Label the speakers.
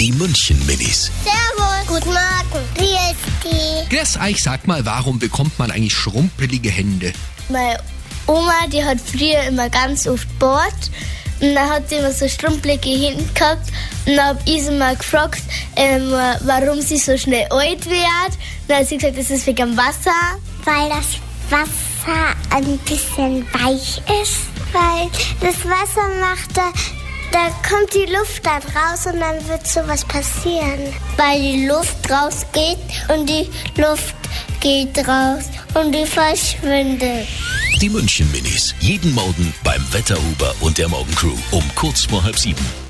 Speaker 1: Die München Minis.
Speaker 2: Servus. Guten Morgen. Wie ist die?
Speaker 1: Grüß euch, sag mal, warum bekommt man eigentlich schrumpelige Hände?
Speaker 2: Meine Oma, die hat früher immer ganz oft Bord. Und dann hat sie immer so strumpelige Hände gehabt. Und dann habe ich sie mal gefragt, ähm, warum sie so schnell alt wird. Und dann hat sie gesagt, das ist wegen dem Wasser.
Speaker 3: weil das Wasser ein bisschen weich ist, weil das Wasser macht da, da kommt die Luft dann raus und dann wird sowas passieren.
Speaker 2: Weil die Luft rausgeht und die Luft geht raus und die verschwindet.
Speaker 1: Die München Minis. Jeden Morgen beim Wetterhuber und der Morgencrew um kurz vor halb sieben.